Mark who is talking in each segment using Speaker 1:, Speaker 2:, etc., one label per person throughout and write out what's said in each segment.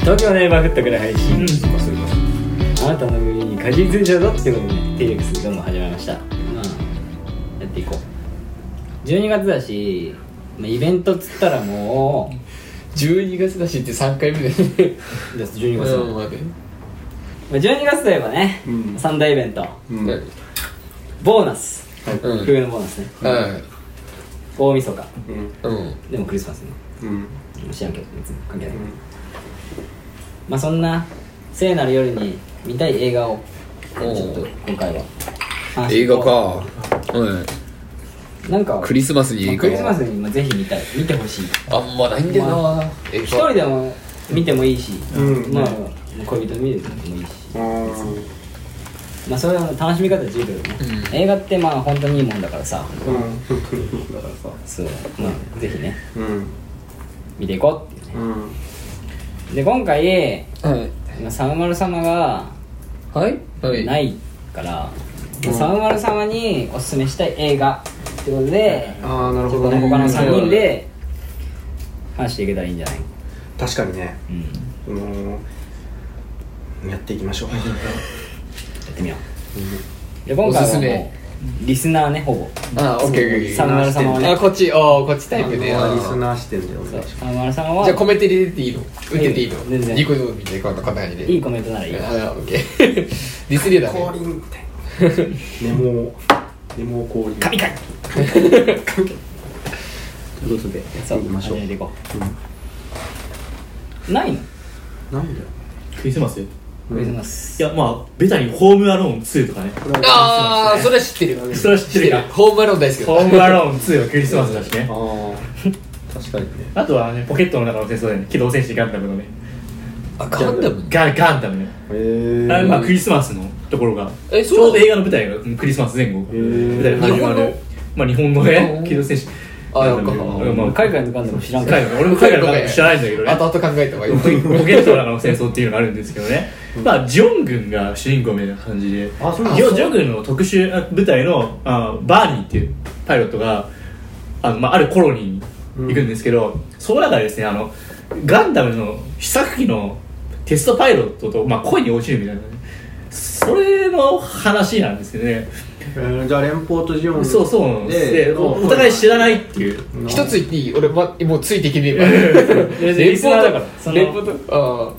Speaker 1: 東京ネイバーフットぐらい配信、
Speaker 2: うんそっかそれか
Speaker 1: あなたの耳にかじりついちゃうぞってことで TX どんどん始まりました、まあ、やっていこう12月だし、まあ、イベントっつったらも
Speaker 3: 12月だしって3回目だよね
Speaker 1: うです12月、
Speaker 3: うん
Speaker 1: まあ、
Speaker 3: 待て
Speaker 1: 12月といえばね、
Speaker 2: うん
Speaker 1: 三大イベント
Speaker 2: うんはい
Speaker 1: ボーナス
Speaker 3: うん
Speaker 1: 冬のボーナスね
Speaker 3: はい
Speaker 1: 大晦日
Speaker 2: うん
Speaker 3: うん
Speaker 1: でもクリスマスね
Speaker 2: うん
Speaker 1: 知らんけど別に関係ない、まあそんな聖なる夜に見たい映画をち
Speaker 3: おう
Speaker 1: ょっと今回は
Speaker 3: 映画かうん
Speaker 1: なんか
Speaker 3: クリスマスに
Speaker 1: ま
Speaker 3: 映
Speaker 1: あ
Speaker 3: 画
Speaker 1: クリスマスにまあぜひ見たい見てほしい
Speaker 3: あんまないんだよな映
Speaker 1: 一
Speaker 3: 画
Speaker 1: 人でも見てもいいし、
Speaker 2: うん
Speaker 1: まあ恋人見るのもいいし
Speaker 2: う
Speaker 1: まあそれは楽しみ方自由だよね、
Speaker 3: うん
Speaker 1: 映画ってまあ本当にいいもんだからさ
Speaker 2: んだからさ
Speaker 1: そうまあぜひね
Speaker 2: うん
Speaker 1: 見ていこうっていうね
Speaker 2: うん
Speaker 1: で今回
Speaker 3: はい
Speaker 1: まあサウマル様が
Speaker 3: はいはい
Speaker 1: ないから、サウマル様におすすめしたい映画ってことで、
Speaker 2: ああなる
Speaker 1: ち
Speaker 2: ほ
Speaker 1: ょっと
Speaker 2: ど
Speaker 1: ね
Speaker 2: ね
Speaker 1: 他の3人で話していけたらいいんじゃない
Speaker 2: 確かにね
Speaker 1: うんや
Speaker 2: あのーやっていきましょう
Speaker 1: ってみようで今回
Speaker 3: おすす
Speaker 1: はも
Speaker 3: め
Speaker 1: うリスナーねほぼ
Speaker 3: あオッケーオッケー
Speaker 1: サウマル様はね
Speaker 3: あこっちあこっちタイプね
Speaker 2: あのーリ
Speaker 3: あ
Speaker 2: ス
Speaker 3: ー
Speaker 2: ナー視点でお願いしま
Speaker 1: サウマル様は
Speaker 3: じゃあコメント入れていいの打ってていいの
Speaker 1: 全然
Speaker 3: ニコ動みたいなこんな感じで
Speaker 1: いいコメントならいいよ
Speaker 3: あオッケーディスリーだ
Speaker 2: す降
Speaker 3: ね
Speaker 2: 臨みたいなネモネモ降臨
Speaker 1: 神回
Speaker 2: ということでやって
Speaker 1: そう
Speaker 2: いきまし
Speaker 1: 始
Speaker 2: ょう
Speaker 1: めていこうないの
Speaker 2: なんだよ
Speaker 4: クリスマスい
Speaker 1: クリスマス
Speaker 4: やまあベタにホームアローン2とかね
Speaker 3: ああそれは知ってる
Speaker 4: それは知ってるか
Speaker 3: ホームアローン大好き
Speaker 4: ホームアローン2はクリスマスだしね
Speaker 2: ああ確かにね
Speaker 4: あとはねポケットの中の戦争だよね機動戦士ガンダムのね
Speaker 3: あガンダム
Speaker 4: ガガンダムね
Speaker 2: へえ
Speaker 4: あれまあクリスマスのところが
Speaker 3: え
Speaker 4: ち
Speaker 3: そ
Speaker 4: ょ
Speaker 3: う
Speaker 4: う
Speaker 3: な
Speaker 4: ど
Speaker 3: の
Speaker 4: 映画の舞台がうんクリスマス前後
Speaker 2: ー
Speaker 4: 舞台が始ま
Speaker 3: 日本
Speaker 4: る
Speaker 3: の
Speaker 4: まあ日本の
Speaker 3: う
Speaker 4: ね
Speaker 3: ん
Speaker 4: 機動戦士
Speaker 3: あ
Speaker 4: ガンダム
Speaker 3: なんか
Speaker 4: うんまあ
Speaker 1: 海外のガンダム知らんけど
Speaker 4: 海外の俺も海外のガンダム知らないんだけどね
Speaker 3: 後々考えた方がいい
Speaker 4: ポケットの中の戦争っていうのがあるんですけどね、まあ、ジョン軍が主人公みたいな感じで、ジ
Speaker 2: あそうなんだ
Speaker 4: ョジョン軍の特殊あ部隊のあバーニーっていうパイロットが、あのまあ、あるコロニーに行くんですけど、その中でですねあの、ガンダムの試作機のテストパイロットと、まあ、恋に落ちるみたいなね、それの話なんですよね、
Speaker 2: えーじゃあ連邦とジオン
Speaker 4: そうそうなんですで
Speaker 2: の
Speaker 4: おお互い知らないっていう。
Speaker 2: の
Speaker 3: 一つ言っていい俺まもうついていけねえわ
Speaker 4: リスナーだから
Speaker 1: その
Speaker 3: レポートあ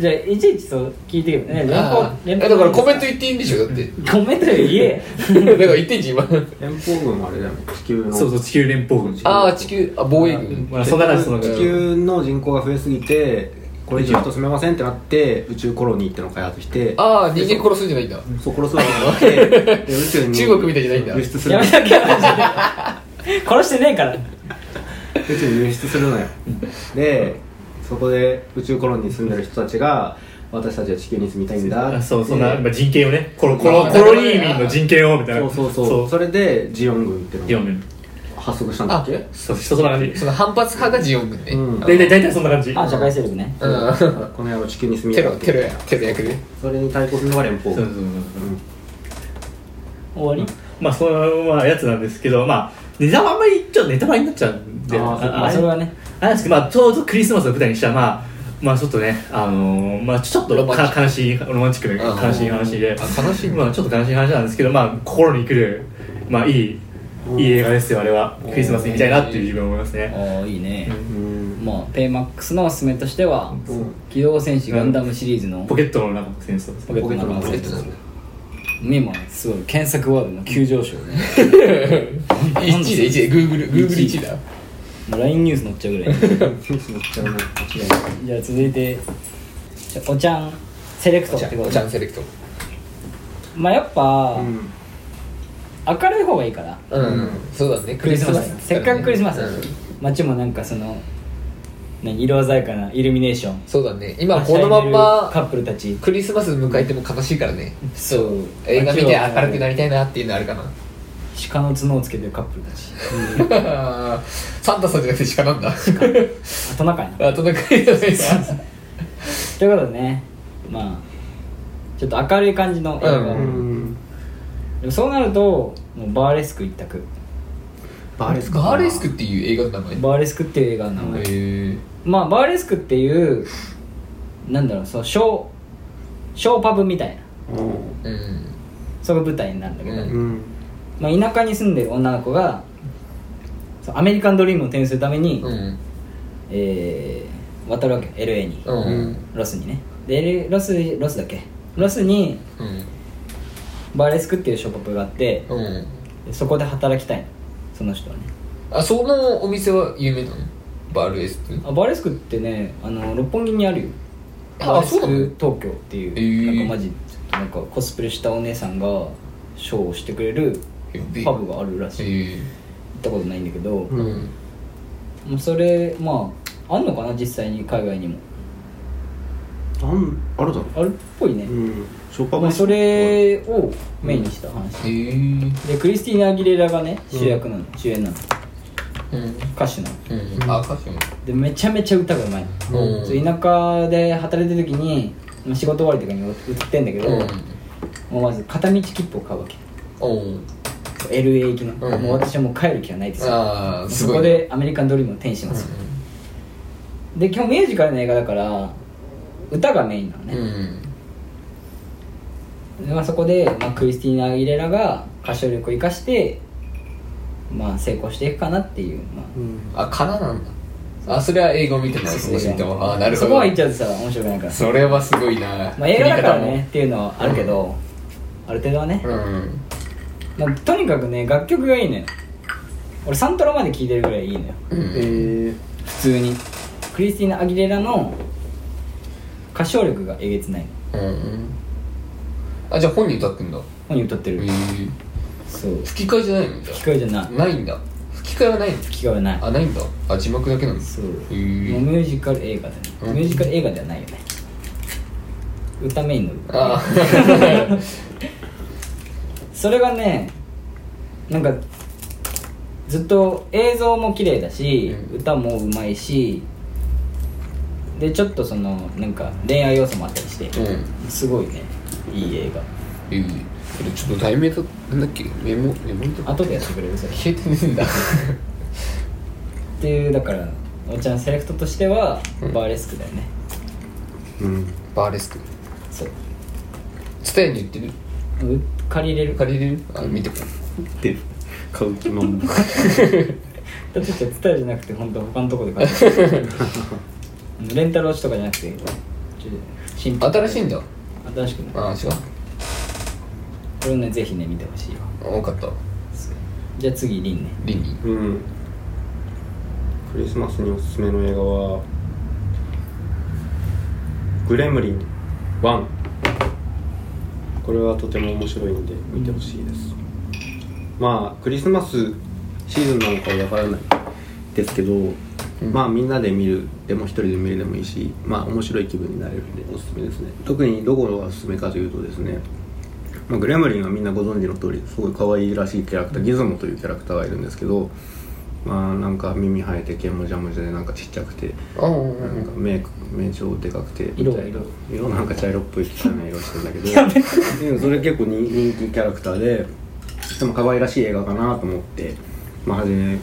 Speaker 1: じゃあいちいちそう聞いてくるね
Speaker 3: ー
Speaker 1: 連
Speaker 3: あ
Speaker 1: 邦
Speaker 3: ー
Speaker 1: 連
Speaker 3: え
Speaker 1: 邦
Speaker 3: だからコメント言っていいんでしょだって
Speaker 1: コメントより 言え
Speaker 3: だから言ってんじゃん今
Speaker 2: 連邦軍はあれだよね地球の
Speaker 4: そうそう地球連邦軍
Speaker 3: ああ地球あ防衛軍
Speaker 4: まあ、そんな感じそんな感
Speaker 2: 地
Speaker 4: じ
Speaker 2: 球の人口が増えすぎてこれ以上と住めませんってなって宇宙コロニーってのを開発して
Speaker 3: ああ人間殺すんじゃないんだ
Speaker 2: そう殺すわけじゃなくてで宇宙に
Speaker 3: 中国みたいじゃないんだ
Speaker 2: 輸出する
Speaker 1: や
Speaker 2: の
Speaker 1: めたけ殺してねえから
Speaker 2: 宇宙に輸出するのよでそこで宇宙コロニーに住んでる人たちが私たちは地球に住みたいんだ
Speaker 4: あそうそん
Speaker 2: っ
Speaker 4: な、
Speaker 2: て
Speaker 4: まあ、人権をねコロコ
Speaker 3: ま
Speaker 4: ロ
Speaker 3: あ
Speaker 4: コロニー民の人権をみたい
Speaker 2: そ
Speaker 4: な
Speaker 2: うそうそうそれでジオン軍っていう
Speaker 4: 読
Speaker 2: の
Speaker 4: む
Speaker 2: を発足したん
Speaker 3: あ
Speaker 2: だっけ
Speaker 4: そう人そんな感じ
Speaker 3: その反発派がジオン軍ね
Speaker 2: うん
Speaker 4: 大体大体そんな感じ
Speaker 1: 反社会勢力ね
Speaker 3: うん
Speaker 2: この野郎地球に住み
Speaker 3: テ
Speaker 2: やが
Speaker 3: ロ
Speaker 2: って
Speaker 3: テロやテロ役で
Speaker 2: それに対抗するのが連邦
Speaker 4: そう
Speaker 2: 軍
Speaker 4: そうそう
Speaker 2: うん
Speaker 1: 終わ
Speaker 4: まあそのまあやつなんですけどまあネタバレあんまりちょっとネタバレになっちゃうんで
Speaker 2: あー
Speaker 4: あ
Speaker 2: そう
Speaker 1: りまあそれはね
Speaker 4: あれなんですけどまあちょうどクリスマスを舞台にしたまあまあちょっとねあのーまあちょっ
Speaker 3: ロ
Speaker 4: と
Speaker 3: マンチッ
Speaker 4: か悲しいロマンチックで悲しい話で
Speaker 3: あ悲しい
Speaker 4: まあちょっと悲しい話なんですけどまあ心に来るまあいいいい映画ですよあれはクリスマスに見たいなっていう自分は思いますね
Speaker 1: ああいいね
Speaker 2: うん
Speaker 1: まあペイマックスのおすすめとしては機動戦士ガンダムシリーズの
Speaker 4: ポケットの中の戦争です
Speaker 1: ポケットの
Speaker 2: ポ
Speaker 3: えっと
Speaker 1: 今すごい検索ワードの急上昇ね
Speaker 3: 1位で1位で Google1 位だ
Speaker 1: もう LINE ニュース載っちゃうぐら い
Speaker 2: 九州の北の間違い
Speaker 1: じゃあ続いてじゃあおちゃんセレクト
Speaker 3: お
Speaker 1: っ
Speaker 3: ち
Speaker 1: て
Speaker 3: ゃん
Speaker 1: こ
Speaker 3: お
Speaker 1: と
Speaker 3: ち
Speaker 1: で
Speaker 3: ゃんセレクト
Speaker 1: まあやっぱ、
Speaker 2: うん
Speaker 1: 明るい方がいいから
Speaker 3: うんそうだね
Speaker 1: クリスマスせっかくクリスマスだ
Speaker 3: うん
Speaker 1: し、街もなんかその何色鮮やかなイルミネーション
Speaker 3: そうだね今このまんま
Speaker 1: カップルたち
Speaker 3: クリスマス迎えても悲しいからね
Speaker 1: そう
Speaker 3: 映画見て明るくな
Speaker 1: り
Speaker 3: りたいなっていうのあるかな
Speaker 1: 鹿の角をつけてるカップルたち
Speaker 3: サンタさんじゃなくて鹿なんだ
Speaker 1: あと中やな
Speaker 3: あとなんかいいじゃないですか
Speaker 1: ということでねまあちょっと明るい感じの映画、
Speaker 3: う
Speaker 2: うん
Speaker 1: でもそうなるともうバーレスク一択
Speaker 2: バーレスク
Speaker 3: ガーレスクっていう映画の名前
Speaker 1: バーレスクっていう映画の名前、
Speaker 3: へえ
Speaker 1: まあバーレスクっていうなんだろうそうショーショーパブみたいな
Speaker 3: うん
Speaker 1: その舞台になるんだけど、
Speaker 3: うん
Speaker 2: うん
Speaker 1: まあ、田舎に住んでる女の子がそうアメリカンドリームを手にするために、
Speaker 3: うん
Speaker 1: えー渡るわけ LA に、
Speaker 3: うんうん
Speaker 1: ロスにねで LA ロスロスだっけロスにバーレスクっていうショップがあって
Speaker 3: うん
Speaker 1: でそこで働きたいのその人はね
Speaker 3: あそのお店は有名なのバルエスって
Speaker 1: あバーレスクってねあの六本木にあるよ
Speaker 3: あ
Speaker 1: バーレス
Speaker 3: そうなの
Speaker 1: ク東京っていう、
Speaker 3: えー
Speaker 1: なんかマジちょっとなんかコスプレしたお姉さんがショーをしてくれるパブがあるらしい行
Speaker 3: え
Speaker 1: ったことないんだけど、
Speaker 3: え
Speaker 2: う
Speaker 3: うんん
Speaker 1: もうそれまああんのかな実際に海外にも
Speaker 2: あんあるだろ
Speaker 1: あるっぽいね、
Speaker 2: うんショーパ
Speaker 1: ま
Speaker 2: ブ
Speaker 1: あ、それをメインにした話、
Speaker 3: ええ
Speaker 1: でクリスティーナ・アギレラがね主役なの、主演なの
Speaker 3: うん
Speaker 1: 歌手なの
Speaker 3: うんあ歌手も
Speaker 1: でめちゃめちゃ歌がうまいの、
Speaker 3: うん
Speaker 1: そう田舎で働いてる時にまあ仕事終わりとかに売ってんだけど、
Speaker 3: うん
Speaker 1: もうまず片道切符を買うわけ
Speaker 3: おう
Speaker 1: LA 行きの、
Speaker 3: うん
Speaker 1: もう私はもう帰る気はないですよ
Speaker 3: ああ
Speaker 1: そ
Speaker 3: すごい
Speaker 1: こでアメリカンドリームを手にしますよ、で基本ミュージカルの映画だから歌がメインなの
Speaker 3: う
Speaker 1: ね、
Speaker 3: んうん
Speaker 1: でまあ、そこで、まあ、クリスティーナ・アギレラが歌唱力を生かして、まあ、成功していくかなっていう、まあ、
Speaker 2: う
Speaker 3: あ
Speaker 2: ん
Speaker 3: かななんだあそれは英語見てないですね
Speaker 1: そ
Speaker 3: 見
Speaker 1: う
Speaker 3: てもあなるほど
Speaker 1: そこは言っちゃうとさ面白くないから、
Speaker 3: それはすごいな
Speaker 1: まあ、映画だからねっていうのはあるけど、ある程度はね
Speaker 3: 振り、方もうん
Speaker 1: まあ、とにかくね楽曲がいいのよ俺サントラまで聴いてるぐらいいいのよ
Speaker 3: うん
Speaker 2: えー
Speaker 1: 普通にクリスティーナ・アギレラの歌唱力がえげつない
Speaker 3: うんあじゃあ本人歌ってんだ
Speaker 1: 本人歌って
Speaker 3: え
Speaker 1: る、
Speaker 3: え
Speaker 1: そう
Speaker 3: 吹き替えじゃないのじゃ
Speaker 1: 吹き替えじゃない
Speaker 3: あないんだ吹き替えはないの
Speaker 1: 吹き替えはない
Speaker 3: あないんだあ字幕だけなんです
Speaker 1: そうもう
Speaker 3: へ
Speaker 1: ミ
Speaker 3: え
Speaker 1: ュージカル映画だね
Speaker 3: うん
Speaker 1: ミュージカル映画ではないよね歌メインの歌
Speaker 3: あ
Speaker 1: それがねなんかずっと映像も綺麗だし、
Speaker 3: うん
Speaker 1: 歌もうまいしでちょっとそのなんか恋愛要素もあったりして、
Speaker 3: うん
Speaker 1: すごいねいい映
Speaker 3: ええそれちょっと題名だなんだっけメモメモと
Speaker 1: 画
Speaker 3: か
Speaker 1: 後でやってくれるそれっ
Speaker 3: 消えてねえんだ
Speaker 1: ていうだからおっちゃんセレクトとしてはバーレスクだよね、
Speaker 2: うん
Speaker 3: バーレスク
Speaker 1: そう
Speaker 3: ツタヤに売ってる
Speaker 1: う借りれる
Speaker 3: 借りれるあ見てこ
Speaker 2: で買う気も
Speaker 1: だって伝えじゃなくて本当他のとこで買 ってるレンタル落ちとかじゃなくてちょ新
Speaker 3: う新しいん
Speaker 1: だ
Speaker 3: だ
Speaker 1: 新しくない
Speaker 3: あ違
Speaker 1: これをねぜひね見てほしいわ
Speaker 3: う多かった
Speaker 1: じゃあ次リンね
Speaker 3: リンリン
Speaker 2: うんクリスマスにおすすめの映画は「グレムリン1」これはとても面白いんで見てほしいです、まあクリスマスシーズンなのかはわからないですけど、
Speaker 3: ん
Speaker 2: まあみんなで見るでも一人で見るでもいいしまあ面白い気分になれるんでおすすめですね特にどこがおすすめかというとですねまあ、グレムリンはみんなご存知の通りすごい可愛いらしいキャラクターギズモというキャラクターがいるんですけどまあなんか耳生えて毛もじゃもじゃでなんかちっちゃくて
Speaker 3: あうんう
Speaker 2: なんか
Speaker 3: ん
Speaker 2: 目目超でかくて
Speaker 1: 色が
Speaker 2: みたいな色なんか茶色っぽい汚い色してんだ けどでもそれ結構人人気キャラクターででも可愛らしい映画かなと思ってまあ初め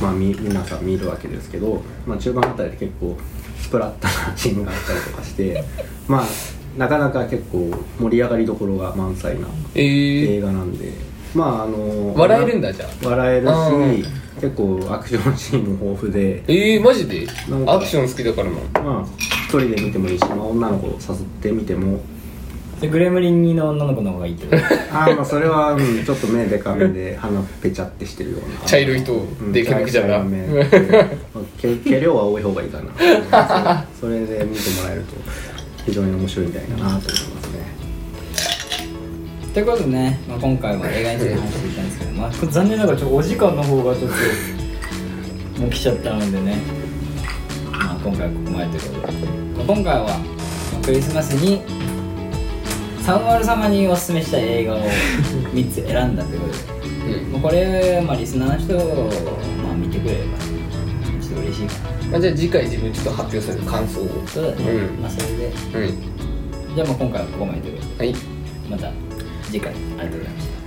Speaker 2: まあ、み皆さん見るわけですけど、まあ、中盤あたりで結構スプラッタなシーンがあったりと かしてまあなかなか結構盛り上がりどころが満載な
Speaker 3: え
Speaker 2: 映
Speaker 3: え
Speaker 2: 画なんでまああの
Speaker 3: 笑えるんだじゃあ
Speaker 2: 笑える
Speaker 3: あー
Speaker 2: し結構アクションシーンも豊富で
Speaker 3: ええマジで
Speaker 2: なんか
Speaker 3: アクション好きだからな
Speaker 2: まあ一人で見てもいいし、まあ、女の子を誘ってみても
Speaker 1: でグレムリン2の女の子の方がいいってこと
Speaker 2: ああまあそれは、うんちょっと目でかめ で鼻ぺちゃってしてるような
Speaker 3: 茶色い人
Speaker 2: うん
Speaker 3: でけめくじゃな
Speaker 2: 茶色い目 でまあ毛毛量は多い方がいいか なそれで見てもらえると非常に面白いんじゃないかなと思いますね
Speaker 1: ということでね、まあ、今回は映画について話していたんですけど、まあ、これ残念ながらちょっとお時間の方がちょっともう来ちゃったのでね、まあ、今回はここまでということで、まあ、今回はまあクリスマスにサンワル様におすすめしたい映画を3つ選んだということで
Speaker 3: うん
Speaker 1: もうこれ、まあ、リスナーの人まあ、見てくれればちょっと嬉しいかな
Speaker 3: まあじゃあ次回自分ちょっと発表する感想を
Speaker 1: そうだね、
Speaker 3: うん
Speaker 1: まあそれで
Speaker 3: うん
Speaker 1: じゃあもう今回はここまでということで
Speaker 3: はい
Speaker 1: また次回ありがとうございました